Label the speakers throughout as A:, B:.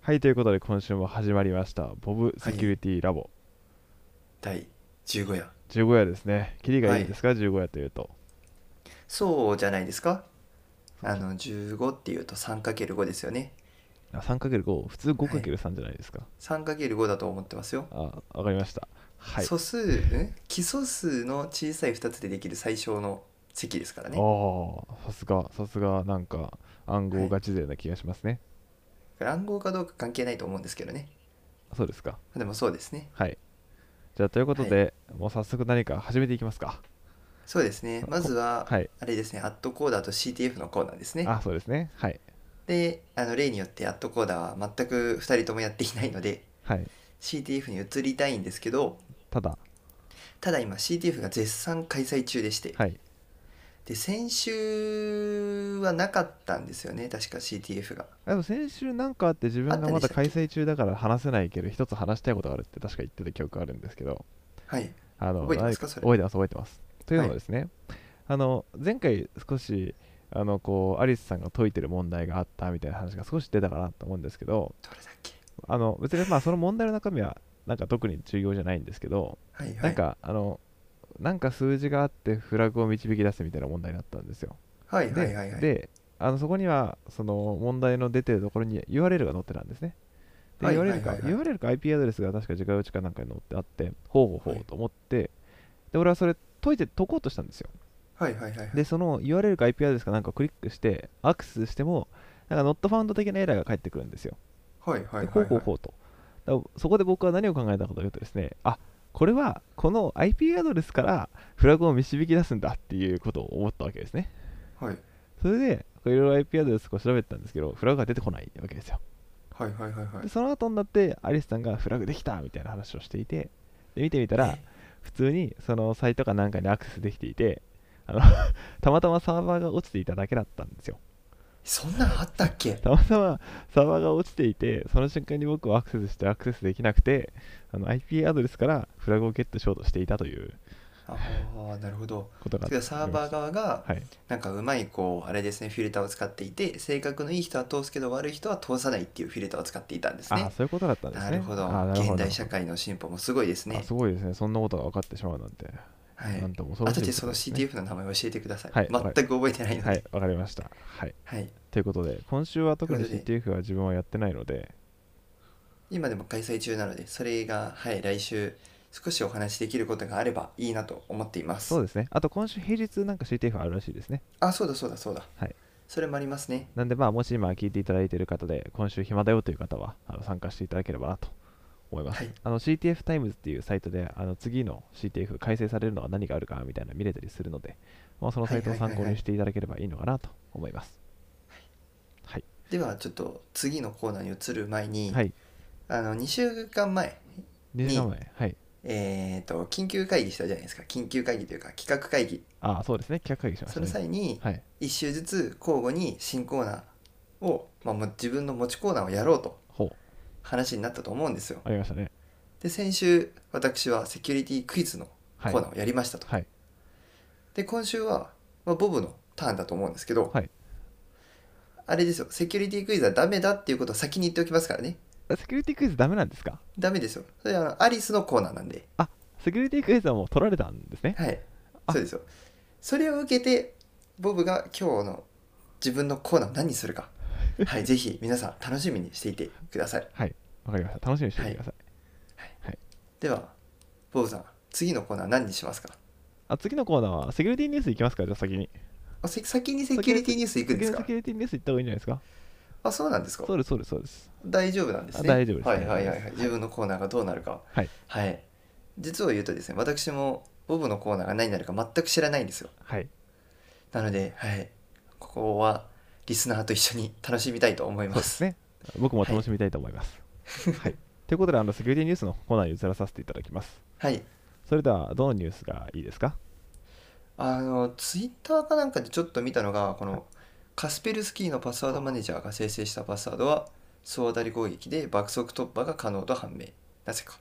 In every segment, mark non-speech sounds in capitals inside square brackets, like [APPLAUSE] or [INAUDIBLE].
A: はい、ということで今週も始まりました。ボブセキュリティラボ。
B: 第15夜
A: 15夜ですね。キリがいいんですか、?15 夜というと。
B: そうじゃないですかあの15っていうと 3×5 ですよね
A: あ 3×5、普通 5×3 じゃないですか。
B: 3×5 だと思ってますよ、
A: あ、わかりました。はい。
B: 素数ん基礎数の小さい2つでできる最小の積ですからねだ
A: おーさすが、さすが、なんか暗号ガチ勢な気がしますね。
B: から暗号かどうか関係ないと思うんですけどね
A: そうですか。
B: でもそうですね
A: はい。じゃあ、ということで、もう早速何か始めていきますか。
B: そうですねまずは
A: はい。
B: あれですねアットコーダーと CTF のコーナーですね
A: あ、そうですね。はい。
B: であの例によってアットコーダーは全く2人ともやっていないので
A: はい。
B: CTF に移りたいんですけど
A: ただ、
B: ただ今 CTF が絶賛開催中でして、
A: はい。
B: で先週はなかったんですよね確か CTF が
A: あでも先週なんかあって自分
B: あっ
A: が
B: た
A: ま
B: で
A: だ
B: したっ
A: 開
B: け
A: 催中だから話せないけど一つ話したいことがあるって確か言ってた記憶があるんですけど
B: はい
A: あの
B: 覚えてますか
A: 何
B: そ
A: 覚
B: れ
A: えてます覚えてますというのは
B: はい
A: ですね、あの前回少しあのこうアリスさんが解いてる問題があったみたいな話が少し出たかなと思うんですけど
B: どれだっけ
A: あの別にまあその問題の中身はなんか特に重要じゃないんですけど、
B: はいはい
A: なんかあのなんか数字があってフラグを導き出すみたいな問題だったんですよ
B: はい
A: で,、
B: はいはいはい
A: であのそこにはその問題の出てるところに URL が載ってたんですねで、
B: はい
A: URL か
B: はいはいはい
A: URL か IP アドレスが確か自家打ちかなんかに載ってあってほうほうほ
B: は
A: う
B: い
A: と思って、で俺はそれ解いて解こうとしたんですよ
B: はいはいはいはい
A: でその URL か IP アドレスかなんかをクリックしてアクセスしてもなんかノットファウンド的なエラーが返ってくるんですよ
B: はいはいはい
A: でほうほうほうとだからそこで僕は何を考えたかというとですねあこれはこの IP アドレスからフラグを導き出すんだっていうことを思ったわけですね
B: はい
A: それで、こういろいろ IP アドレスを調べてたんですけど、フラグが出てこないわけですよ。
B: はいはいはいは
A: で、
B: い
A: その後になって、アリスさんがフラグできたみたいな話をしていて、で、見てみたら、普通にそのサイトかなんかにアクセスできていて、あの [LAUGHS] たまたまサーバーが落ちていただけだったんですよ。
B: そんなんあったっけ
A: たまたまサーバーが落ちていて、その瞬間に僕はアクセスしてアクセスできなくて、あの IP アドレスからフラグをゲットしようとしていたという
B: ああなるほど
A: ことがあ
B: てかサーバー
A: が。
B: 側が
A: はい、
B: なんかうまいこうあれですねフィルターを使っていて性格のいい人は通すけど悪い人は通さないっていうフィルターを使っていたんです
A: ああ、
B: ね
A: そういうことだったんですね。
B: なるほど
A: あーなるほ
B: 現
A: ど
B: 代社会の進歩もすごいです
A: あ
B: ね
A: すごいですね。そんなことが分かってしまうなんて。
B: はい
A: なんとも恐ろしい
B: 後
A: こ
B: で
A: と
B: その
A: すね
B: CTF の名前を教えてください、
A: はい
B: 全く覚えてないので、
A: はい、わかりました。はい。
B: はい、
A: ということで、今週は特に
B: というこ
A: CTF
B: と
A: は自分はやってないので、
B: 今でも開催中なのでそれが、はい、来週少しお話しできることがあればいいなと思っています
A: そうですね。あと今週平日なんか CTF あるらしいですね。
B: あそうだそうだそうだ、
A: はい
B: それもありますね
A: なんで、まあ、もし今聞いていただいている方で、今週暇だよという方は、あの参加していただければなと思います。
B: はい
A: あの CTF タイムズっていうサイトで、あの次の CTF 改正されるのは何があるかみたいなの見れたりするので、まあ、そのサイトを参考
B: はいはいはい
A: に
B: はい
A: していただければいいのかなと思います。はい。
B: ではちょっと次のコーナーに移る前に、
A: はい。
B: あの2週間前
A: 2時間前。はい。
B: えー、と緊急会議したじゃないですか緊急会議というか企画会議
A: ああ、そうですね。企画会議しました
B: その
A: ね。
B: 際に
A: はい。
B: 1週ずつ交互に新コーナーを、まあ、もう自分の持ちコーナーをやろうと
A: ほう。
B: 話になったと思うんですよ
A: ありましたね。
B: で先週私はセキュリティクイズのコ
A: はい。
B: ーナーをやりましたと、
A: はい。
B: で今週は、まあ、ボブのターンだと思うんですけど、
A: はい
B: あれですよセキュリティクイズはダメだっていうことを先に言っておきますからね
A: あセキュリティクイズダメなんですか
B: ダメですよそれはあのアリスのコーナーなんで
A: あセキュリティクイズはもう取られたんですね。
B: はい
A: あ
B: そうですよそれを受けてボブが今日の自分のコーナーを何にす
A: [LAUGHS]
B: るかはいぜひ皆さん楽しみにしていてください
A: はい、わかりました。楽しみにしていてください。
B: ではボブさん次のコーナー何にしますか
A: あ次のコーナーはセキュリティニュースいきますか、じゃあ先に。
B: あせ先にセキュリティニュース行くんです
A: 先に
B: か
A: セキュリティニュースいった方がいいんじゃないですか。
B: あそうなんですか
A: そうです、そうです、そうです。
B: 大丈夫なんですね。
A: あ大丈夫です
B: はいはいは
A: 大
B: い
A: 丈夫
B: は
A: で
B: い。
A: す
B: 自分のコーナーがどうなるか。
A: はい。
B: はい。実を言うとですね、私もボブのコーナーが何になるか全く知らないんですよ。
A: はい。
B: なので、はい。ここはリスナーと一緒に楽しみたいと思い
A: そう
B: ま
A: です
B: す。
A: ね。僕も楽しみたいと思います。はい。ということで、あのセキュリティニュースのコーナーに移らさせていただきます。
B: はい。
A: それでは、どのニュースがいいですか
B: あの、ツイッターかなんかでちょっと見たのが、このカスペルスキーのパスワードマネージャーが生成したパスワードは、総当たり攻撃で爆速突破が可能と判明。なぜか。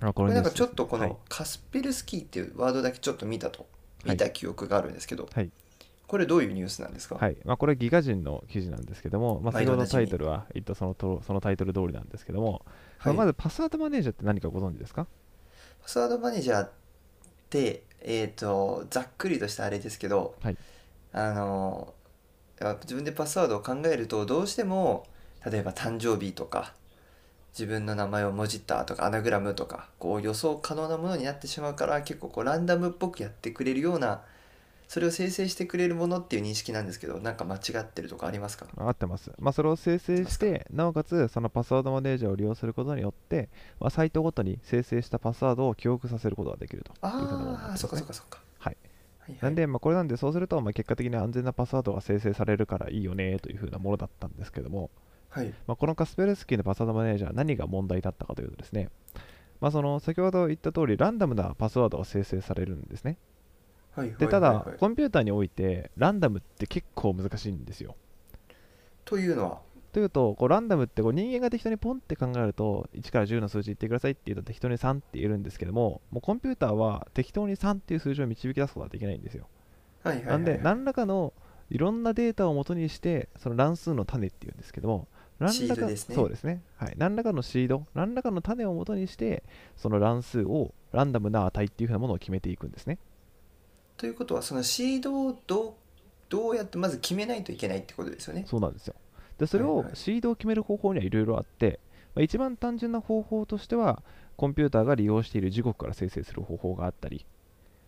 A: あこ
B: これ
A: のニ
B: な
A: ュ
B: ん
A: ース
B: かちょっとこ
A: はい
B: のカスペルスキーっていうワードだけちょっと見たと、見た記憶があるんですけど、
A: はい
B: これどういうニュースなんですか
A: はいまあ、これはギガ人の記事なんですけども、まあ、
B: まあ
A: 先ほど
B: いろんな
A: の
B: 記事
A: タイトルは言ったそのとそのタイトル通りなんですけども、まあ
B: はい
A: まずパスワードマネージャーって何かご存知ですか
B: パスワードマネージャーって、えー、とざっくりとしたあれですけど、
A: はい
B: あのやっぱ自分でパスワードを考えるとどうしても例えば誕生日とか自分の名前をもじったとかアナグラムとかこう予想可能なものになってしまうから結構こうランダムっぽくやってくれるようなそれを生成してくれるものっていう認識なんですけどなんか間違ってるとかありますか
A: 合ってます、まあ、それを生成し
B: 合
A: てなおかつそのパスワードマネージャーを利用することによって、まあ、サイトごとに生成したパスワードを記憶させることができるというふうなものになって
B: あ
A: ま
B: あそ
A: す
B: っか
A: ね
B: そっかそっか
A: はい
B: はいはい
A: なんで、まあ、これなんでそうすると、まあ、結果的に安全なパスワードが生成されるからいいよねというふうなものだったんですけども、
B: はい
A: まあ、このカスペルスキーのパスワードマネージャー何が問題だったかというとですね、まあ、その先ほど言った通りランダムなパスワードが生成されるんですね
B: はいはい
A: でた
B: はい
A: だ
B: はい
A: コンピューターにおいてランダムって結構難しいんですよ
B: というのは
A: というとこうランダムってこう人間が適当にポンって考えると1から10の数字言ってくださいって言うと適当に3って言えるんですけどももうコンピューターは適当に3っていう数字を導き出すことはできないんですよ
B: はいはいは
A: な
B: いはい
A: んで何らかのいろんなデータを元にしてその乱数の種っていうんですけども何ら
B: シード
A: か
B: ですね
A: そうですね、はい、何らかのシード何らかの種を元にしてその乱数をランダムな値っていうふうなものを決めていくんですね
B: ということはそのシードをどうどうやってまず決めないといけないってことですよね。
A: そうなんですよでそれ
B: はい
A: を
B: はい
A: シードを決める方法にはいろいろあって、まあ、一番単純な方法としてはコンピューターが利用している時刻から生成する方法があったり、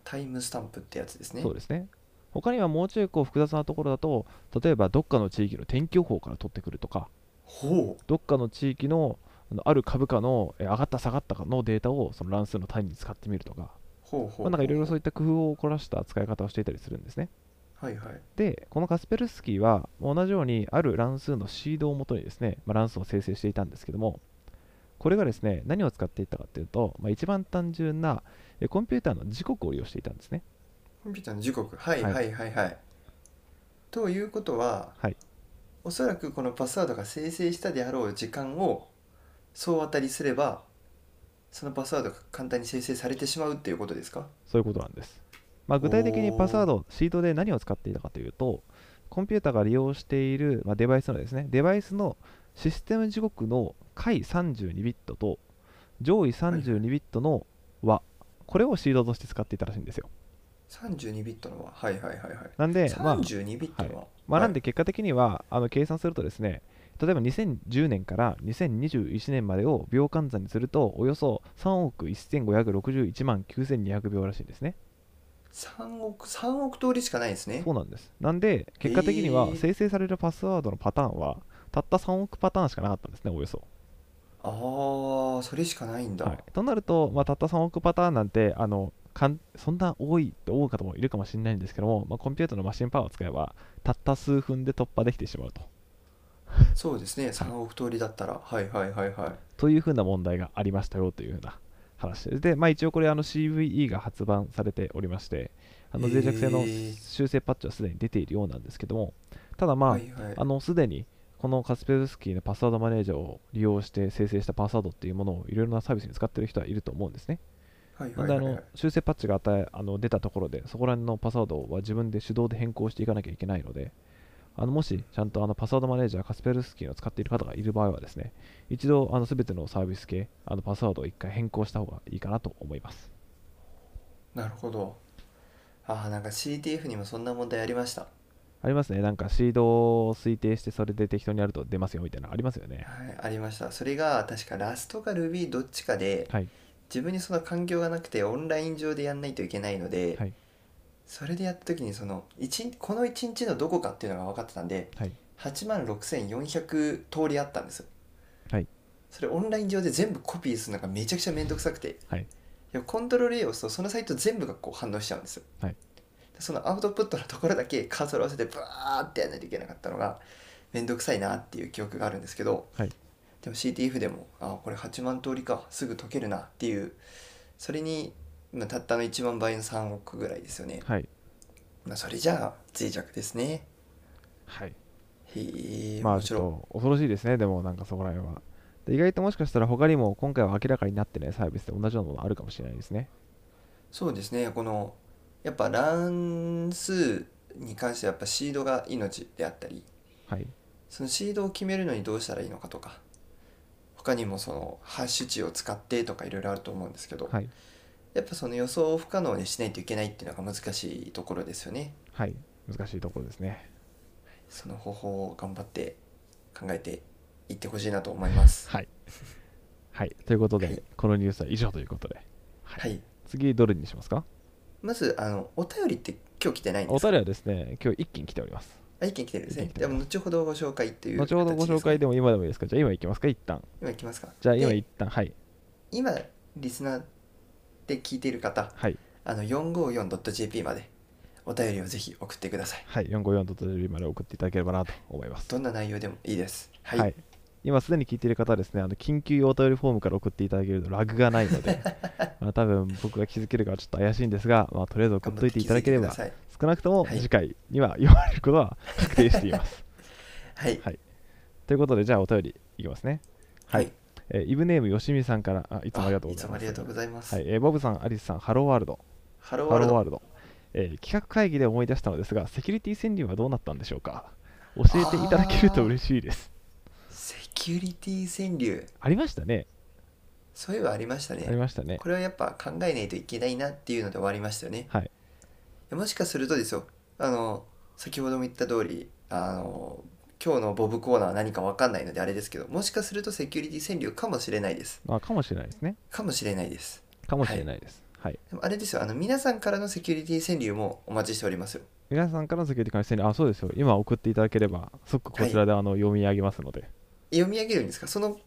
B: タイムスタンプってやつですね。
A: そうですね他にはもうちょいこう複雑なところだと例えばどっかの地域の天気予報から取ってくるとか
B: ほ
A: どっかの地域のあのある株価のえ上がった下がったかのデータをその乱数の単位に使ってみるとか、
B: うほうほ
A: まあ、
B: う。
A: なんかいろいろそう
B: う。
A: いった工夫を凝らした使い方をしていたりするんですね。
B: はいはい。
A: で、このカスペルスキーは同じようにある乱数のシードをもとにですね、まあ、乱数を生成していたんですけども、これがですね、何を使っていったかっていうと、まあ、一番単純なえコンピューターの時刻を利用していたんですね。
B: コンピューターの時刻。はいは
A: はいい
B: はいはい。ということは、
A: はい
B: おそらくこのパスワードが生成したであろう時間を総当たりすればそのパスワードが簡単に生成されてしまうっていうことですか
A: そういうことなんです。まあ、具体的に
B: おー
A: パスワード、シートで何を使っていたかというと、コンピュータが利用している、まあ、デバイスのですね、デバイスのシステム時刻の下位32ビットと上位32ビットの和、これをシードとして使っていたらしいんですよ。
B: ?32 ビットのは。はいはいはいはい。
A: なんで、まあ、
B: 32ビットのは。
A: まあ、なん
B: で
A: で結果的には、あの計算するとですね、例えば2010年から2021年までを秒換算にすると、およそ3億1561万9200秒らしいんですね。
B: 3億3億通りしかないですね。
A: そうなんです。なんで、結果的には
B: えー
A: 生成されるパスワードのパターンは、たった3億パターンしかなかったんですね、およそ。
B: ああそれしかないんだ、
A: はい、となると、まあ、たった3億パターンなんて、あのかんそんな多いって思う方もいるかもしれないんですけども、まあ、コンピューターのマシンパワーを使えば、たった数分で突破できてしまうと。
B: そうですね3億通りだったらはいはいはいはい
A: というふうな問題がありましたよというふうな話ですで、まあ、一応これ、あの CVE が発売されておりまして、あの脆弱性
B: へ
A: の
B: ー
A: 修正パッチはすでに出ているようなんですけども、ただまあ、
B: はいはい
A: あのすでにこのカスペルスキーのパスワードマネージャーを利用して生成したパスワードっていうものをいろいろなサービスに使ってる人はいると思うんですね。
B: はい
A: な
B: は
A: ん
B: い
A: で
B: は
A: あ
B: いはい
A: の修正パッチが与えあの出たところでそこら辺のパスワードは自分で手動で変更していかなきゃいけないのであのもしちゃんとあのパスワードマネージャーカスペルスキーを使っている方がいる場合はですね一度あの全てのサービス系あのパスワードを一回変更した方がいいかなと思います。
B: なるほどああなんか CTF にもそんな問題ありました
A: ありますねなんかシードを推定してそれで適当にやると出ますよみたいなのありますよね。
B: はいありましたそれが確かラストか Ruby どっちかで
A: はい
B: 自分にその環境がなくてオンライン上でやんないといけないので、
A: はい
B: それでやった時にその一日この1日のどこかっていうのが分かってたんで
A: はい
B: 8万6400通りあったんですよ
A: はい
B: それオンライン上で全部コピーするのがめちゃくちゃめんどくさくて
A: はい
B: いやコントロール A を押すとそのサイト全部がこう反応しちゃうんですよ、
A: はい
B: でそのアウトプットのところだけカーソルを合わせてブワーってやらないといけなかったのがめんどくさいなっていう記憶があるんですけど、
A: はい
B: でも CTF でもあこれ8万通りかすぐ解けるなっていうそれに、まあ、たったの1万倍の3億ぐらいですよね、
A: はい、
B: まあ、それじゃあ脆弱ですね
A: はい
B: へえ、
A: まあ
B: 面
A: ち
B: 白い
A: ょっと恐ろしいですね、でもなんかそこら辺は。で意外ともしかしたら他にも今回は明らかになってないサービスで同じようなものあるかもしれないですね。
B: そうですねこのやっぱ乱数に関してはやっぱシードが命であったり
A: はい。
B: そのシードを決めるのにどうしたらいいのかとか他にもそのハッシュ値を使ってとかいろいろあると思うんですけど、
A: はい。
B: やっぱその予想を不可能にしないといけないっていうのが難しいところですよね。
A: はい。難しいところですね。
B: その方法を頑張って考えていってほしいなと思います。
A: はい。 [LAUGHS] はい。ということ
B: は
A: で
B: い、
A: このニュースは以上ということで。
B: は。い。
A: 次、どれにしますか
B: まずあのお便りって今日来てないん
A: お
B: ですか。
A: 便りはですね、今日一件来ております。
B: あ、一件来てるんです
A: 一
B: ね
A: 件。来て
B: で
A: ま
B: も後ほどご紹介っていう。
A: 後ほどご紹介。でも今でもいいですかじゃあ今行きますか一旦。
B: 今行きますか。
A: じゃあ今
B: で
A: 一旦、はい。
B: 今リスナーで聞いている方、
A: はい。
B: あの 454.jp までお便りをぜひ送ってください。
A: はい。454.0まで送っていただければなと思います。
B: どんな内容でもいいです。はい。
A: はい。今すでに聞いている方はですね、あの緊急お便りフォームから送っていただけるとラグがないの
B: [LAUGHS]
A: で、あの多分僕が気づけるかはちょっと怪しいんですが、まあ、とりあえず送っ
B: 頑
A: と
B: 張
A: い
B: って
A: ていただければ
B: 気づいてくだ
A: 少なくとも
B: はい
A: 次回には言われることは確定しています。
B: さい。はい。
A: はい。ということで、じゃあお便りいきますね。はい。
B: はい
A: えーイブネームよしみさんから、あいつもありがとうご
B: い
A: ざ
B: つ
A: い
B: もあ
A: ます。
B: りがとうございます。
A: はい、えーボブさん、アリスさん、ハローワールド。
B: ハロー
A: ハ
B: ワー
A: ロ
B: ル
A: ー
B: ド。
A: ワールド。えー企画会議で思い出したのですが、セキュリティ川柳はどうなったんでしょうか教えていただけると嬉しいです。
B: セキュリティ川柳。
A: ありましたね。
B: そういえばありました
A: あり
B: ね。
A: ましたね。
B: これはやっぱ考えないといけないなっていうので終わりましたよね。
A: はい。
B: もしかするとですよ、あの、先ほども言った通り、あの、今日のボブコーナーは何かわかんないのであれですけど、もしかするとセキュリティ川柳かもしれないです。
A: まあ、かもしれないですね。
B: かもしれないです。
A: かもしれないです。はい。
B: でもあれですよ、あの、皆さんからのセキュリティ川柳もお待ちしておりますよ。
A: 皆さんからのセキュリティ関連に、あ、そうですよ。今送っていただければ、即こちらであの読み上げますので。
B: 読み上げるんですかその、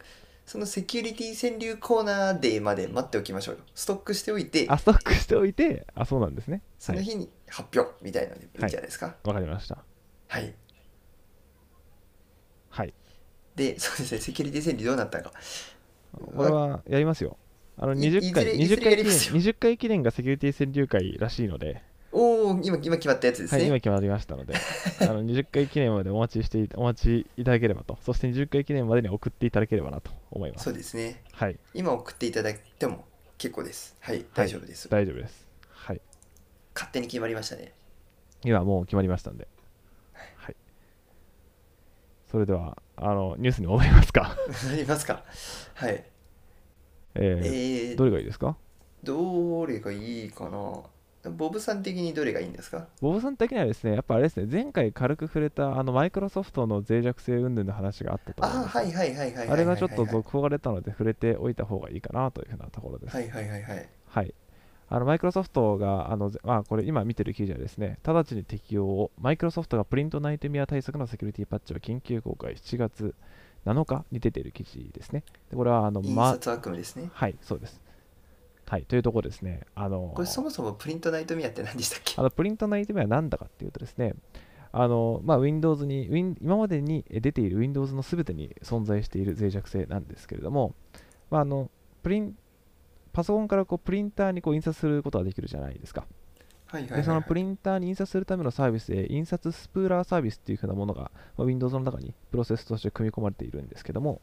B: そのセキュリティ川柳コーナーデーまで待っておきましょうよ。ストックしておいて、
A: あ、ストックしておいて、あ、そうなんですね。
B: そ
A: は
B: の
A: い。
B: 日に発表みたいなのでいいんじゃないですか。
A: わかりました。
B: はい。
A: はい。
B: で、 [LAUGHS] そうですね、セキュリティ川柳どうなったか。
A: これはやりますよ。あの
B: い
A: 20回、
B: いず
A: 20
B: れいずれや
A: 回
B: り
A: 記念、
B: ますよ
A: 20回記念がセキュリティ川柳会らしいので、
B: おお、今、今決まったやつです
A: はい、今
B: ね。
A: 決まりました
B: [LAUGHS]
A: ので、あの20回記念までお待ちしてい、お待ちいただければと、そして20回記念までに送っていただければなと思います。
B: そうですね。
A: はい、
B: 今送っていただいても結構です。はい、大丈夫です。
A: 大丈夫です。はい、
B: 勝手に決まりましたね。 [LAUGHS]
A: 今もう決まりましたんで、はい。それでは、あの、ニュースに戻りますか。
B: [LAUGHS] なりますか。はい。え
A: えー
B: ー、
A: ど
B: ど
A: れがいいですか
B: れがいいかな。ボブさん的にどれがいいんですか
A: ボブさん的にはですね、やっぱあれですね、前回軽く触れた、あの、マイクロソフトの脆弱性云々の話があったと思うん
B: あ
A: です
B: ー、
A: よ
B: はいはいはいはいはいはいはい。
A: あれがちょっと続報が出たので触れておいた方がいいかなというふうなところです。
B: はいはいはいはい。
A: はい。あのマイクロソフトが、あのぜまあ、これ今見てる記事はですね、直ちに適用を、マイクロソフトがプリントナイトミア対策のセキュリティパッチを緊急公開7月7日に出ている記事ですね。でこれはあの、
B: 印
A: ま、
B: 刷悪夢ですね。
A: はい、そうです。はい、というところですね。あの
B: これそもそもプリントナイトミアって何でしたっけ
A: あのプリントナイトメアは何だかっていうとですね、あのまあ、Windows に、Win- 今までにえ出ている Windows の全てに存在している脆弱性なんですけれども、まあ、あのプリンパソコンからこうプリンターにこう印刷することができるじゃないですか。
B: はいはいはいは
A: で
B: い。
A: そのプリンターに印刷するためのサービスで、印刷スプーラーサービスっていう風なものが、まあ Windows の中にプロセスとして組み込まれているんですけども、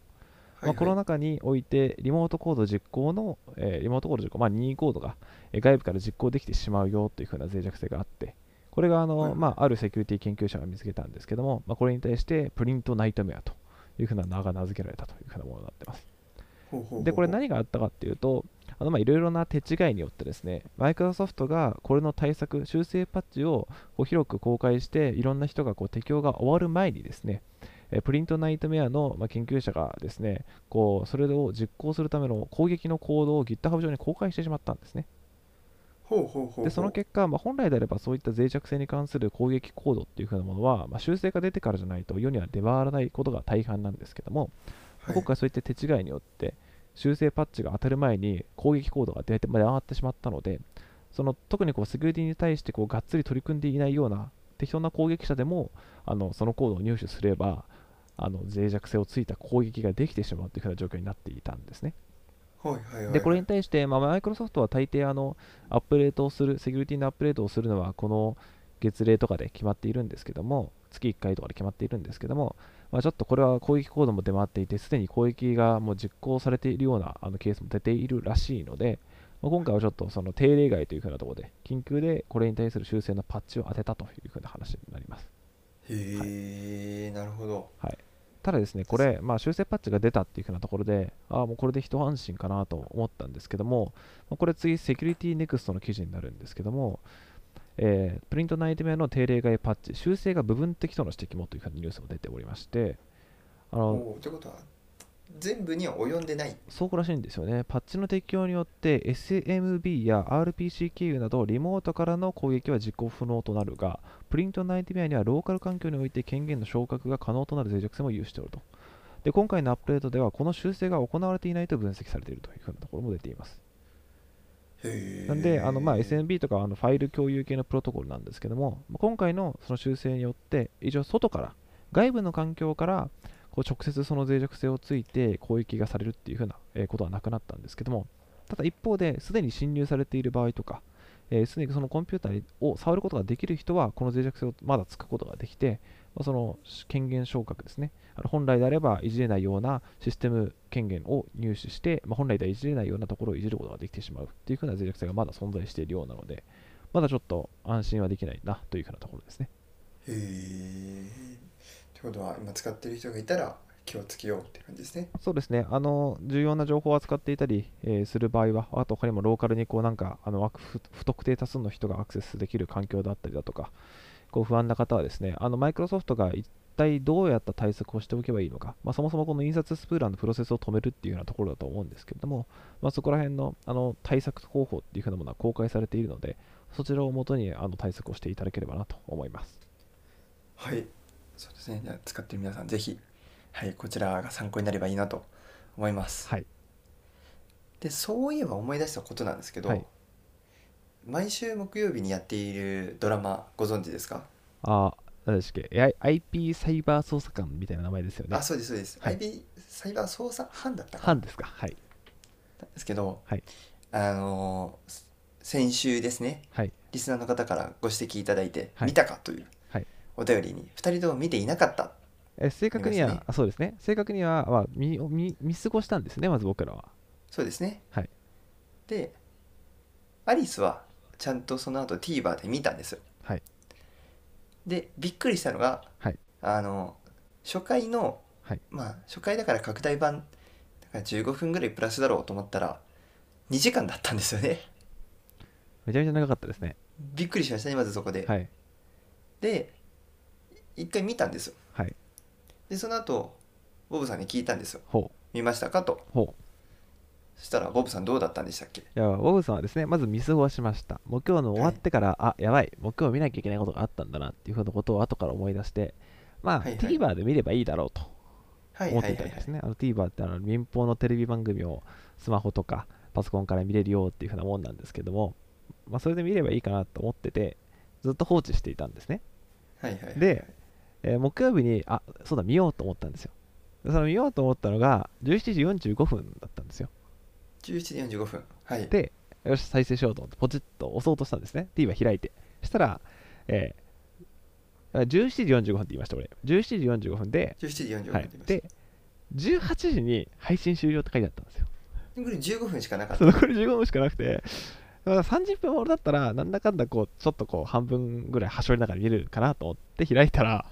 A: まあ、この
B: ナ
A: 中において、リモートコード実行の、えーリモートコード実行、まあ、任意コードがえー外部から実行できてしまうよというふうな脆弱性があって、これがあの、
B: はい
A: まあ、あるセキュリティ研究者が見つけたんですけども、まあ、これに対して、プリントナイトメアというふうな名が名付けられたというふうなものになってます。で、これ何があったかっていうと、あのまあいろいろな手違いによってですね、マイクロソフトがこれの対策、修正パッチをこう広く公開して、いろんな人がこう適用が終わる前にですね、えープリントナイトメアのまあ研究者がですね、こうそれを実行するための攻撃のコードを GitHub 上に公開してしまったんですね。
B: ほうほうほうほう
A: でその結果、まあ、本来であればそういった脆弱性に関する攻撃コードっていう風なものは、まあ、修正が出てからじゃないと世には出回らないことが大半なんですけども、
B: はい
A: 今回そういった手違いによって修正パッチが当たる前に攻撃コードが出てまあ出回ってしまったのでその特にこうセキュリティに対してこうがっつり取り組んでいないような適当な攻撃者でもあのそのコードを入手すればあの脆弱性をついた攻撃ができてしまうというふうな状況になっていたんですね。
B: はいはいはいはい
A: でこれに対して、まあ、マイクロソフトは大抵あのアップデートをするセキュリティのアップデートをするのはこの月例とかで決まっているんですけども月1回とかで決まっているんですけども、まあ、ちょっとこれは攻撃コードも出回っていてすでに攻撃がもう実行されているようなあのケースも出ているらしいので、ままあ、今回はちょっとその定例外というふうなところで、緊急でこれに対する修正のパッチを当てたというふうな話になります。
B: へえ、なるほど。
A: ただですね、これ、まあ、修正パッチが出たっていうふうなところで、ああ、もうこれで一安心かなと思ったんですけども、まあこれ次、セキュリティネクストの記事になるんですけども、えープリント内定目の定例外パッチ、修正が部分的との指摘もというふうなニュースも出ておりまして、あ
B: お
A: の
B: おーってことは全部には及んでない。
A: そうらしいんですよね。パッチの適用によって、SMB や RPC 経由などリモートからの攻撃は実行不能となるが、プリントナイティメアにはローカル環境において権限の昇格が可能となる脆弱性も有しておると。で今回のアップデートでは、この修正が行われていないと分析されているというふうなところも出ています。
B: へえ。
A: なんで、あのまあ、
B: へ
A: SMB とかあのファイル共有系のプロトコルなんですけども、まあ今回のその修正によって、一応外から、外部の環境からこう直接その脆弱性をついて攻撃がされるっていうふうなえーことはなくなったんですけども、ただ一方で、すでに侵入されている場合とか、えーすでにそのコンピューターを触ることができる人は、この脆弱性をまだつくことができて、まあその権限昇格ですね、あの本来であればいじれないようなシステム権限を入手して、まあ、本来ではいじれないようなところをいじることができてしまうっていうふうな脆弱性がまだ存在しているようなので、まだちょっと安心はできないなというふうなところですね。
B: え。ってことは今使ってる人がいたら気をつけようって感じですね。
A: そうですね、あの重要な情報を扱っていたり、えーする場合は、あと他にもローカルにこうなんかあのわ不不特定多数の人がアクセスできる環境だったりだとか、こう不安な方はですね、あのマイクロソフトが一体どうやった対策をしておけばいいのか、まあ、そもそもこの印刷スプーラーのプロセスを止めるっていうようなところだと思うんですけれども、まあ、そこら辺のあの対策方法っていうふうなものは公開されているので、そちらをもとにあの対策をしていただければなと思います。
B: はい。そうですね。じゃあ使ってる皆さんぜひ、はい、こちらが参考になればいいなと思います。
A: はい、
B: で、そういえば思い出したことなんですけど、
A: はい
B: 毎週木曜日にやっているドラマご存知ですか？
A: あー何でしたっけ AI IP サイバー捜査官みたいな名前ですよね
B: あ、。そうですそうです。
A: はい
B: IB サイバー捜査班だったかな
A: 班ですか。はい。
B: なんですけど、
A: はい
B: あのー先週ですね
A: はい。
B: リスナーの方からご指摘いただいて「
A: はい
B: 見たか?」という
A: はい
B: お便りに2人とも見ていなかった
A: え正確に
B: 見ました
A: は
B: ね、
A: あそうですね。正確には、まあ、見見見過ごしたんですね、まず僕らは。
B: そうですね、
A: はい
B: でアリスはちゃんとその後 TVer で見たんですよ
A: はい。
B: でびっくりしたのが、
A: はい
B: あの初回の、
A: はい
B: まあ初回だから拡大版だから15分ぐらいプラスだろうと思ったら2時間だったんですよね
A: めちゃめちゃ長かったですね。
B: びっくりしましたねまずそこで、
A: はい。
B: で一回見たんですよ
A: はい。
B: でその後ボブさんに聞いたんですよ
A: ほう。
B: 見ましたかと
A: ほ
B: そしたらボブさんどうだったんでしたっけ
A: う。いや、ウォブさんはですね、まず見過ごしました。もう今日の終わってから、あ、やばい、もう今日見なきゃいけないことがあったんだなっていうふうなことを後から思い出して、まあ、
B: はいはい
A: TVer で見ればいいだろうと
B: はい
A: 思
B: は
A: って
B: いはい
A: いた
B: は
A: んです
B: い
A: ね。あの TVer ってあの民放のテレビ番組をスマホとかパソコンから見れるよっていうふうなもんなんですけども、まあ、それで見ればいいかなと思ってて、ずっと放置していたんですね。
B: はいはい
A: で、えー木曜日に、あそうだ、見ようと思ったんですよ。でその見ようと思ったのが、17時45分だったんですよ。
B: 17時45分はい
A: で、よし、再生しようと思って、ポチッと押そうとしたんですね。TVer 開いて。したら、えーあ17時45分って言いました、俺。17時45分で、
B: 17時45分
A: は
B: って
A: い
B: 言いました、
A: で、18時に配信終了って書いてあったんですよ。
B: これ15分しかなかっ
A: その
B: た
A: 残り15分しかなくて、だから30分俺だったら、なんだかんだこう、ちょっとこう、半分ぐらい端折りながら見れるかなと思って開いたら、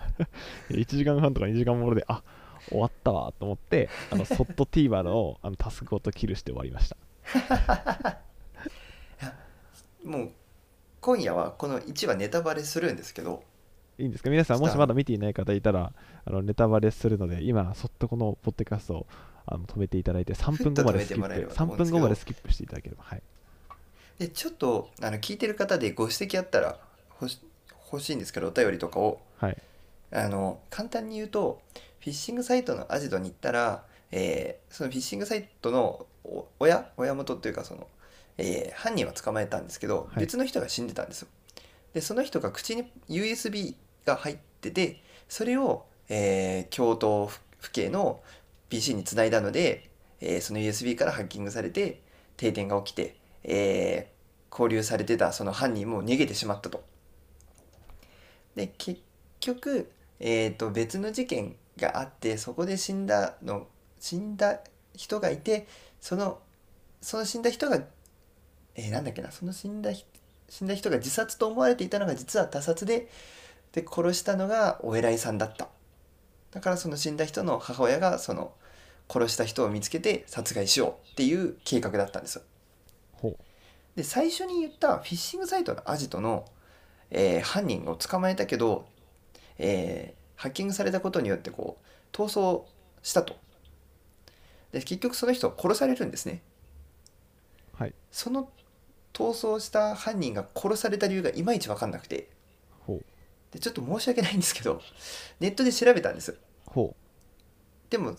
A: 1時間半とか2時間もので、あ終わったわと思って、あのそっと TVer のあのタスクごとキルして終わりました。
B: もう今夜はこの1話ネタバレするんですけど
A: いいんですか皆さん、もしまだ見ていない方いたら、あのネタバレするので、今、そっとこのポッドキャストをあの止めていただいて、3分後までスキ
B: ふっと止めてもらえれ
A: ップ、
B: ばと
A: 三
B: 思うんで
A: 分
B: すけど
A: 後までスキップしていただければ。はい、
B: でちょっとあの聞いてる方でご指摘あったらほし欲しいんですけどお便りとかを
A: はい、
B: あの簡単に言うとフィッシングサイトのアジドに行ったら、えーそのフィッシングサイトのお親親元というかその、えー犯人は捕まえたんですけど、
A: はい
B: 別の人が死んでたんですよでその人が口に USB が入っててそれを、えー京都府府警の PC につないだので、えーその USB からハッキングされて停電が起きて、えー拘留されてたその犯人も逃げてしまったと。で結局、えー、と別の事件があってそこで死んだの死んだ人がいてそのその死んだ人がえーなんだっけなその死んだひ死んだ人が自殺と思われていたのが実は他殺でで殺したのがお偉いさんだっただからその死んだ人の母親がその殺した人を見つけて殺害しようっていう計画だったんですよ
A: ほう
B: で最初に言ったフィッシングサイトのアジトの、えー犯人を捕まえたけど、えーハッキングされたことによってこう逃走したとで結局その人は殺されるんですね
A: はい
B: その逃走した犯人が殺された理由がいまいち分かんなくて
A: ほう
B: でちょっと申し訳ないんですけどネットで調べたんです
A: ほ
B: でも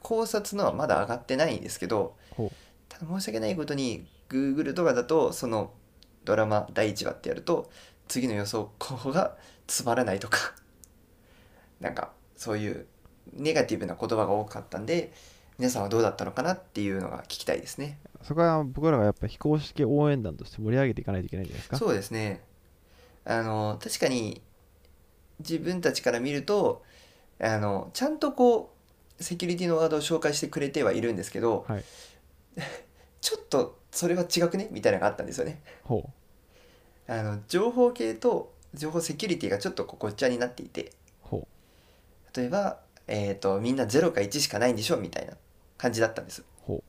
B: 考察のはまだ上がってないんですけど
A: うほう
B: ただ申し訳ないことに Google とかだとそのドラマ第1話ってやると次の予想候補がつまらないとか [LAUGHS] なんかそういうネガティブな言葉が多かったんで皆さんはどうだったのかなっていうのが聞きたいですね
A: そこは僕らがやっぱ非公式応援団として盛り上げていかないといけないんじゃないですか
B: そうですねあの確かに自分たちから見るとあのちゃんとこうセキュリティのワードを紹介してくれてはいるんですけど、
A: はい
B: [LAUGHS] ちょっとそれは違くねみたいなのがあったんですよね
A: ほう
B: あの情報系と情報セキュリティがちょっとこうごっちゃになっていて
A: ほう
B: 例えば、えー、とみんな0か1しかないんでしょみたいな感じだったんです
A: ほう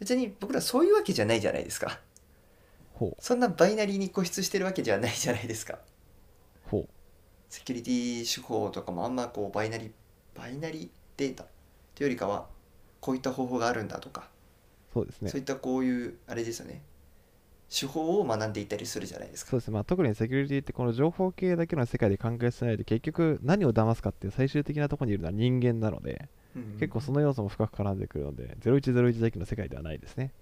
B: 別に僕らそういうわけじゃないじゃないですか
A: ほう
B: そんなバイナリーに固執してるわけじゃないじゃないですか
A: ほう
B: セキュリティ手法とかもあんまこうバイナリバイナリデータというよりかはこういった方法があるんだとか、
A: そうですね
B: そういったこういうあれですよね手法を学んでいったりするじゃないですか
A: そうですね、まあ、特にセキュリティってこの情報系だけの世界で完結しないで結局何を騙すかっていう最終的なところにいるのは人間なので、結構そ
B: の
A: の要素も深く絡んでくるので0101だけの世界ではないですね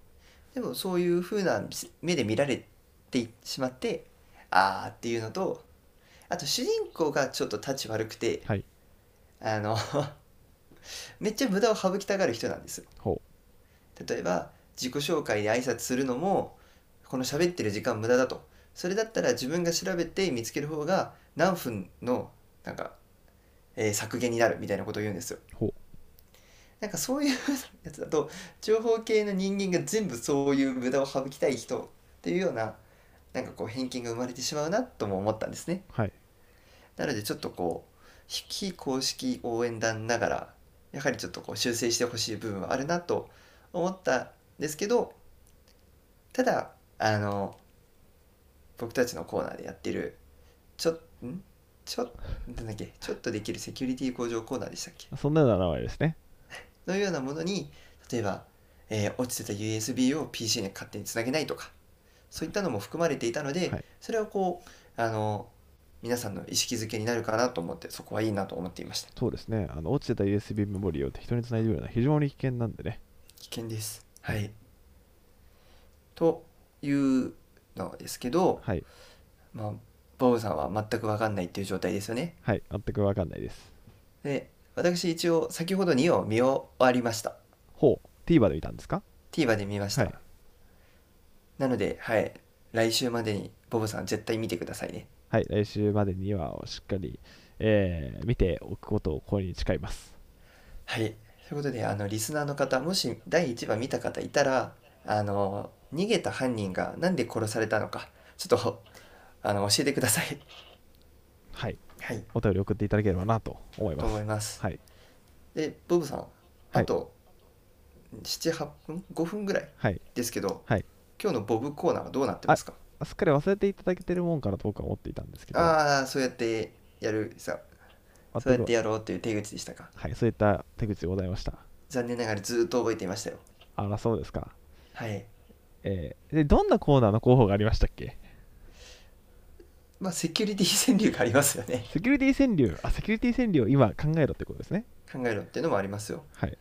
B: でもそういうふうな目で見られてしまってあーっていうのとあと主人公がちょっと立ち悪くて、
A: はい
B: あの [LAUGHS] めっちゃ無駄を省きたがる人なんですよ
A: ほ
B: 例えば自己紹介で挨拶するのもこの喋ってる時間無駄だとそれだったら自分が調べて見つける方が何分のなんか、えー削減になるみたいなことを言うんですよ
A: ほう
B: なんかそういうやつだと情報系の人間が全部そういう無駄を省きたい人っていうようななんかこう偏見が生まれてしまうなとも思ったんですね
A: はい
B: なのでちょっとこう非公式応援団ながらやはりちょっとこう修正してほしい部分はあるなと思ったんですけどただあの僕たちのコーナーでやってるちょんちょなんだっけちょっとできるセキュリティ向上コーナーでしたっけ
A: そんなような名前ですね
B: のようなものに例えば、えー落ちてた USB を PC に勝手につなげないとかそういったのも含まれていたので、
A: はい
B: それはこうあの皆さんの意識づけになるかなと思ってそこはいいなと思っていました
A: そうですねあの落ちてた USB メモリーを適当に繋いでみるのは非常に危険なんでね
B: 危険ですはいというのですけど、
A: はい
B: まあ、ボブさんは全く分かんないっていう状態ですよね
A: はい全く分かんないです
B: で私一応先ほど2を見終わりました
A: ほう TVer で見たんですか
B: TVer で見ました、
A: はい
B: なのではい来週までにボブさん絶対見てくださいね
A: はい来週までにはしっかり、えー見ておくことをこれに誓います
B: はいということであのリスナーの方もし第1話見た方いたらあの逃げた犯人がなんで殺されたのかちょっとあの教えてください
A: はい
B: はい
A: お便り送っていただければなと思い
B: と
A: ま
B: 思
A: す
B: います
A: はい
B: でボブさんあと78分5分ぐらい
A: はい
B: ですけど、
A: はい
B: 今日のボブコーナーはどうなってますか
A: すっかり忘れていただけてるもんかなと僕は思っていたんですけど
B: ああそうやってやるさ
A: 全く
B: そうやってやろうっていう手口でしたか
A: はい、そういった手口でございました。
B: 残念ながらずーっと覚えていましたよ
A: あら、そうですか。
B: はい
A: えーで、どんなコーナーの候補がありましたっけ
B: まあセキュリティ川柳がありますよね
A: セキュリティ川柳、あ、セキュリティ川柳を今考えろってことですね。
B: 考えろっていうのもありますよ
A: はい。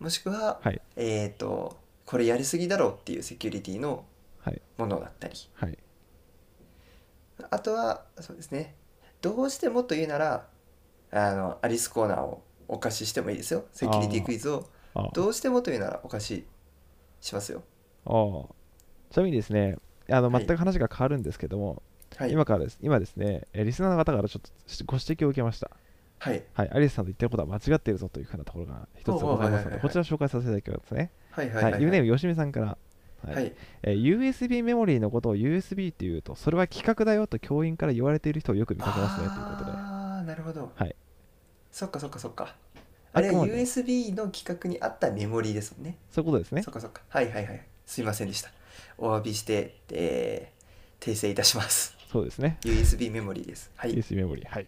B: もしくは、
A: はい
B: えっ、とこれやりすぎだろうっていうセキュリティの
A: はい。
B: ものだったり
A: はい。
B: あとはそうですねどうしてもというならあのアリスコーナーをお貸ししてもいいですよセキュリティクイズを
A: あー
B: どうしてもというならお貸ししますよ
A: あー。ちなみにですね、あの
B: はい
A: 全く話が変わるんですけども、
B: はい
A: 今からです、今ですね、えーリスナーの方からちょっとご指摘を受けました。
B: はい
A: はい、アリスさんの言ってることは間違っているぞというふうなところが一つございますの
B: おうおうはいはいはいは
A: で、
B: い
A: こちら紹介させていただきますね。
B: はいはい
A: は、
B: はいい
A: ユネームよしみさんから、はい
B: はい。
A: えー USB メモリーのことを USB って言うとそれは規格だよと教員から言われている人をよく見かけますねということで
B: ああ、なるほど。
A: はい。
B: そっかそっかそっか。あれ
A: あく
B: は
A: まで
B: USB の規格に合ったメモリーですもんね。
A: そういうことですね
B: そっかそっか。はいはいはい。すいませんでした。お詫びして、えー訂正いたします。
A: そうですね
B: USB メモリーです。はい。
A: USB メモリーはい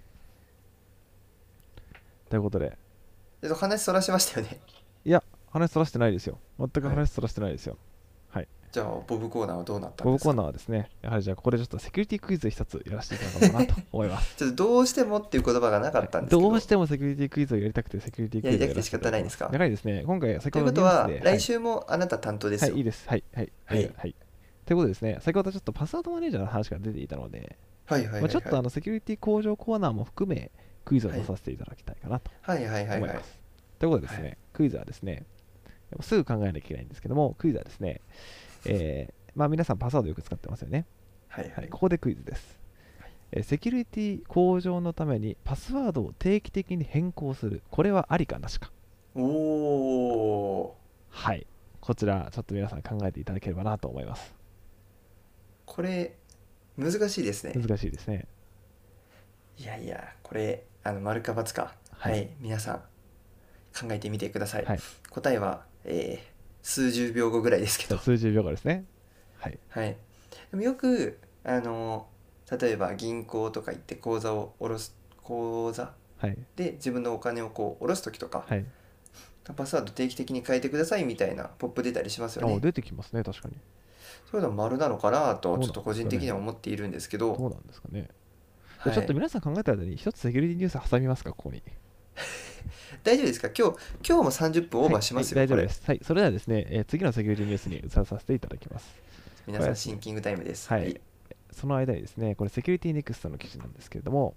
A: ということで
B: ちょっと話そらしましたよね。
A: いや話そらしてないですよ全く話そらしてないですよ、
B: じゃあ、ボブコーナーはどうなったん
A: ボ
B: で
A: ブ
B: す
A: コー
B: か
A: ナーはですねやはりじゃあここでちょっとセキュリティクイズ一つやらせていただこうかなと思います
B: ちょっとどうしてもっていう言葉がなかったんですけ
A: ど
B: ど。
A: うしてもセキュリティクイズをやりたくてセキュリティクイズをらせいただこう
B: やりたくて仕方ないんですか
A: やはりですね今回先
B: とい
A: ほ
B: う
A: ど
B: こ
A: ニ
B: と
A: ュー
B: は、
A: スではい
B: 来週もあなた担当です
A: は
B: よ。
A: い、いいです。はい、はい、
B: はい
A: はい。ということでですね、先ほどちょっとパスワードマネージャーの話が出ていたので、
B: はいはいはい、
A: ま
B: は
A: あ
B: い。
A: ちょっとあのセキュリティ向上コーナーも含め、クイズを出させていただきたいかなと
B: はいはいはい
A: 思
B: はいい
A: ま。す。ということでですね、クイズはですね、すぐ考えなきゃいけないんですけども、クイズはですね、えーまあ皆さんパスワードよく使ってますよね。
B: はいは
A: はいい、。ここでクイズです。えーセキュリティ向上のためにパスワードを定期的に変更する、これはありかなしか。
B: おお
A: はい。こちら、ちょっと皆さん考えていただければなと思います。
B: ー、これ、難しいですね。
A: 難しいですね。
B: いやいや、これ、あの、丸か×か。
A: は
B: はいい、皆さん、考えてみてください。
A: はい
B: 答えは、えー数十秒後ぐらいですけど。
A: 数十秒後ですね。はい。
B: はい。でもよく、あの、例えば銀行とか行って口座を下ろす、口座
A: はい。
B: で自分のお金をこう下ろすときとか、
A: はい。
B: パスワード定期的に変えてくださいみたいなポップ出たりしますよ
A: あ
B: ね。
A: 出てきますね、確かに。
B: そういうのは丸なのか
A: ど
B: な
A: うな
B: と、
A: ん
B: ちょっと個人的には思っているんですけど、
A: どうなんですかね。
B: はい
A: ちょっと皆さん考えた間に、一つセキュリティニュース挟みますか、ここに。
B: 大丈夫ですか今日、今日も30分オーバーしますよ、
A: はい、はい大
B: こ
A: 丈夫
B: れ
A: です。はい。それではですね、えー次のセキュリティニュースに移らさせていただきます。
B: 皆さんシンキングタイムです。
A: はい。その間にですね、これ、セキュリティネクストの記事なんですけれども、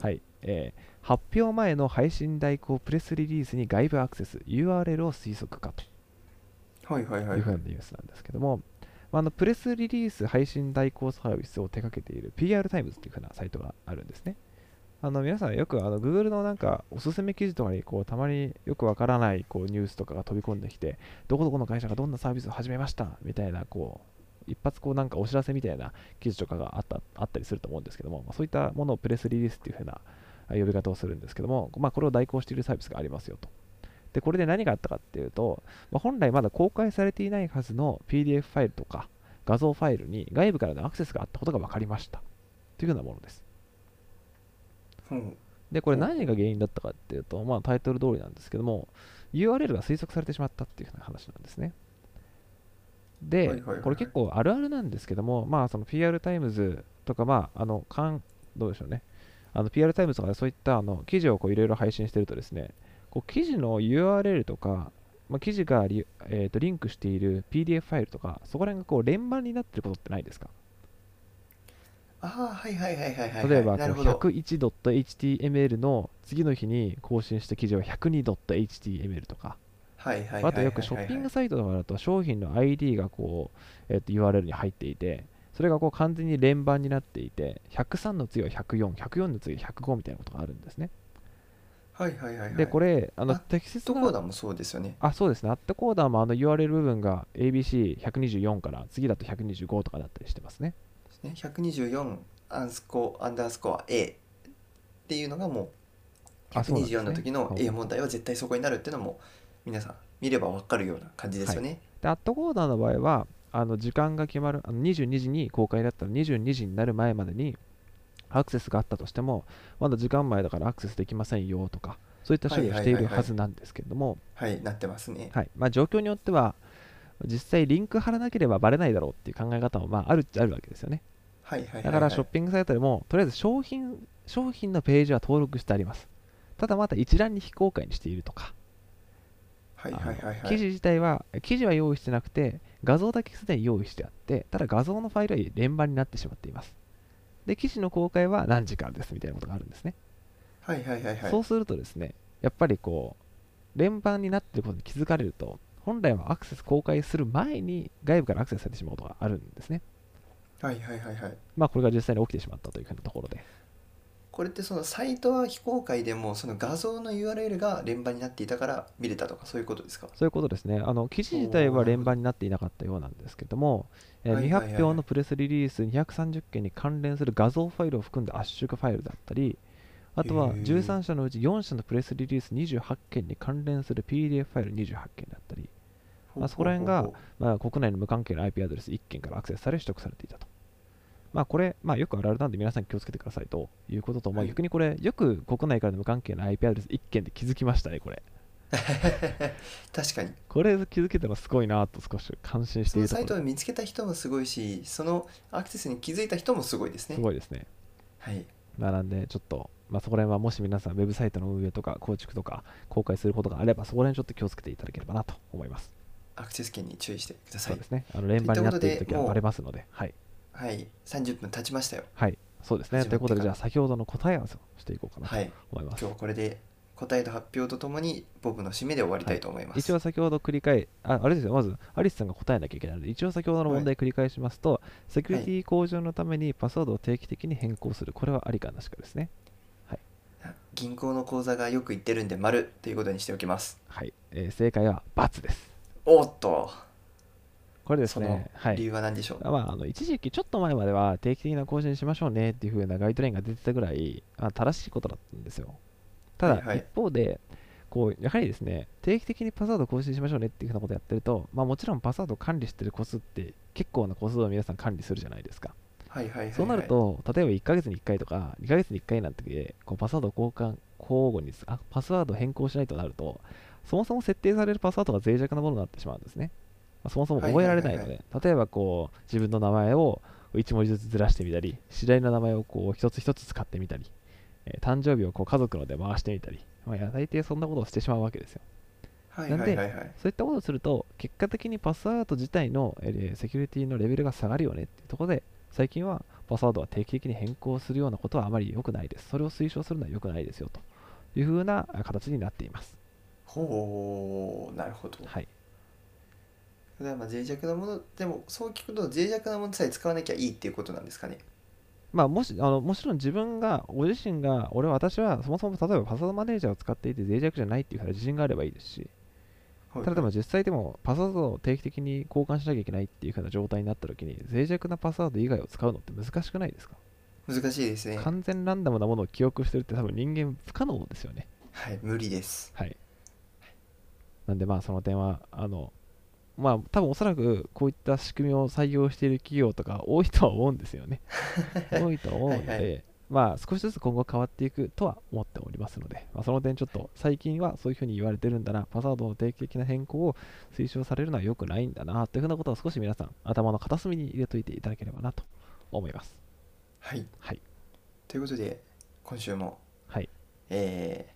A: はい。えー発表前の配信代行プレスリリースに外部アクセス、URL を推測かと。
B: はいはいはいいう
A: ふうなニュースなんですけども、まあ、あのプレスリリース配信代行サービスを手掛けている PR タイムズというふうなサイトがあるんですね。あの皆さんよくあの Google のなんかおすすめ記事とかにこうたまによくわからないこうニュースとかが飛び込んできてどこどこの会社がどんなサービスを始めましたみたいなこう一発こうなんかお知らせみたいな記事とかがあったあったりすると思うんですけども、まあそういったものをプレスリリースっていうふうなあ呼び方をするんですけども、まあ、これを代行しているサービスがありますよと。でこれで何があったかっていうと、まあ本来まだ公開されていないはずの PDF ファイルとか画像ファイルに外部からのアクセスがあったことが分かりましたというようなものです。
B: うん
A: で、これ
B: ほうほう
A: 何が原因だったかっていうと、まあ、タイトル通りなんですけども、URL が推測されてしまったっていうような話なんですね。で、
B: はいはいはいはい
A: これ結構あるあるなんですけども、まあ、その PR タイムズとか、まあ、あの、かんどうでしょうね。あの PR タイムズとかそういったあの記事をこういろいろ配信してるとですね、こう記事の URL とか、まあ、記事がリ,、えー、とリンクしている PDF ファイルとか、そこら辺がこう連番になってることってないですか
B: ああ、はいはいはいはいはい。
A: 例えばこ
B: な
A: う
B: るほど。
A: 101.html の次の日に更新した記事は 102.html とか、
B: はいはいはいはいはい。
A: あとよくショッピングサイトとかだと商品の ID がこう、えっと URL に入っていて、それがこう完全に連番になっていて、103の次は104、104の次は105みたいなことがあるんですね。
B: はいはいはいはい。
A: で、これ、あの
B: あ
A: 適切
B: どこ
A: な
B: だもそうですよね。
A: あそうですね、アットコーダーもあの URL 部分が ABC124 から次だと125とかだったりしてますね。
B: ね124アンスコアンダースコア A っていうのがもう、
A: あそうなんですね
B: 124の時の A 問題は絶対そこになるっていうのも、皆さん見ればわかるような感じですよね。
A: で、アットコーダーの場合は、あの時間が決まる、あの22時に公開だったら22時になる前までにアクセスがあったとしても、まだ時間前だからアクセスできませんよとか、そういった処理をしているはずなんですけれども、
B: はい、なってますね。
A: はいまあ、状況によっては、実際リンク貼らなければバレないだろうっていう考え方もまああるっちゃあるわけですよね。
B: はいはいはいはい。
A: だからショッピングサイトでも、とりあえず商品商品のページは登録してあります。ただまた一覧に非公開にしているとか、
B: はいはいはい
A: あ
B: は
A: の
B: い。
A: 記事自体は、記事は用意してなくて、画像だけすでに用意してあって、ただ画像のファイルは連番になってしまっています。で、記事の公開は何時からですみたいなことがあるんですね。
B: はいはいはいはい。
A: そうするとですね、やっぱりこう、連番になっていることに気づかれると、本来はアクセス公開する前に外部からアクセスされてしまうことがあるんですね。
B: はいはいはいはい。
A: まあ、これが実際に起きてしまったというふうなところで。
B: これってそのサイトは非公開でもその画像の URL が連番になっていたから見れたとかそういうことですか
A: そういうことですね。あの記事自体は連番になっていなかったようなんですけども、えー
B: はい
A: 未
B: はいはい
A: 発表のプレスリリース230件に関連する画像ファイルを含んだ圧縮ファイルだったり、あとは
B: へー
A: 13社のうち4社のプレスリリース28件に関連する PDF ファイル28件だったり、あそこら辺が
B: ほうほうほうほ
A: まあ、国内の無関係の IP アドレス1件からアクセスされ取得されていたと。まあこれ、まあ、よくあるあるなんで皆さん気をつけてくださいということと、まあ、
B: はい
A: 逆にこれ、よく国内からの無関係の IP アドレス1件で気づきましたね、これ。
B: う [LAUGHS] 確かに
A: これ気づけたらすごいなと少し感心し
B: そ
A: てい
B: の
A: ると
B: サ
A: こ
B: イ
A: ろ
B: トを見つけた人もすごいしそのアクセスに気づいた人もすごいですね
A: すごいですね。
B: はい
A: まあなんで、ちょっと、まあ、そこら辺はもし皆さん、ウェブサイトの運営とか構築とか、公開することがあれば、そこら辺ちょっと気をつけていただければなと思います。
B: アクセス権に注意してくださ
A: そう
B: い
A: ですね。あの連番になっているときは
B: ということでもう
A: バレますので、はい。
B: はい30分経ちましたよ
A: はい。そうですね。
B: 始
A: とい
B: まって
A: うことで、じ
B: か
A: ゃあ
B: ら
A: 先ほどの答え合わせをしていこうかなと
B: はい
A: 思います。
B: 今日はこれで答えと発表とともにボブの締めで終わりたいと思います、
A: 一応先ほど繰り返ああれですよまずアリスさんが答えなきゃいけないので一応先ほどの問題繰り返しますと、セキュリティ向上のためにパスワードを定期的に変更するこれはありかなしかですね
B: 銀行の口座がよく言ってるんで丸ということにしておきます
A: はい、えー正解は×です
B: おっと
A: これです
B: その
A: ねはい
B: 理由は何でしょう、
A: まあ、あの一時期ちょっと前までは定期的な更新しましょうねっていう風なガイドラインが出てたぐらいあ正しいことだったんですよただ
B: はいはい
A: 一方で、こうやはりですね定期的にパスワード更新しましょうねっていう風なことやってると、まあ、もちろんパスワード管理してる個数って結構な個数を皆さん管理するじゃないですか
B: はいはいはいはい
A: そうなると、例えば1ヶ月に1回とか、2ヶ月に1回なんてで、こうパスワードを交換、交互にすあ、パスワードを変更しないとなると、そもそも設定されるパスワードが脆弱なものになってしまうんですね。まあそもそも覚えられないの
B: はいはい
A: で、例えばこう、自分の名前を1文字ずつずらしてみたり、知り合いの名前をこう、一つ一つ使ってみたり、えー誕生日をこう家族ので回してみたり、まあ、いや大抵そんなことをしてしまうわけですよ。
B: はいはいはいはい
A: そういったことをすると、結果的にパスワード自体の、えーセキュリティのレベルが下がるよねっていうところで、最近はパスワードは定期的に変更するようなことはあまり良くないです。それを推奨するのは良くないですよというふうなあ形になっています。
B: ほうなるほど
A: はい、
B: それはまあ脆弱なものでもそう聞くと脆弱なものさえ使わなきゃいいっていうことなんですかね
A: まあ、もしあのもちろん自分が、ご自身が、俺は私はそもそも例えばパスワードマネージャーを使っていて脆弱じゃないっていうふうな自信があればいいですし、
B: はい
A: ただでも実際でもパスワードを定期的に交換しなきゃいけないっていうふうな状態になった時に脆弱なパスワード以外を使うのって難しくないですか
B: 難しいですね
A: 完全ランダムなものを記憶してるって多分人間不可能ですよね
B: はい無理です
A: はいなんでまあその点はあのまあ多分おそらくこういった仕組みを採用している企業とか多いとは思うんです
B: [LAUGHS]
A: よね多いとは思うので
B: はい
A: まあ少しずつ今後変わっていくとは思っておりますので、まあ、その点ちょっと最近はそういうふうに言われてるんだなパスワードの定期的な変更を推奨されるのは良くないんだなというふうなことを少し皆さん頭の片隅に入れといていただければなと思います
B: はい
A: はい
B: ということで今週も
A: はい
B: えー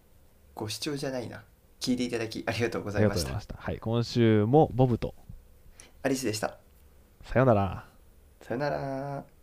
B: ご視聴じゃないな聞いていただきありがとうご
A: あ
B: ざ
A: り
B: い
A: がと
B: ま
A: うご
B: し
A: ざい
B: た
A: ましたはい今週もボブと
B: アリスでした
A: さよなら。
B: さよなら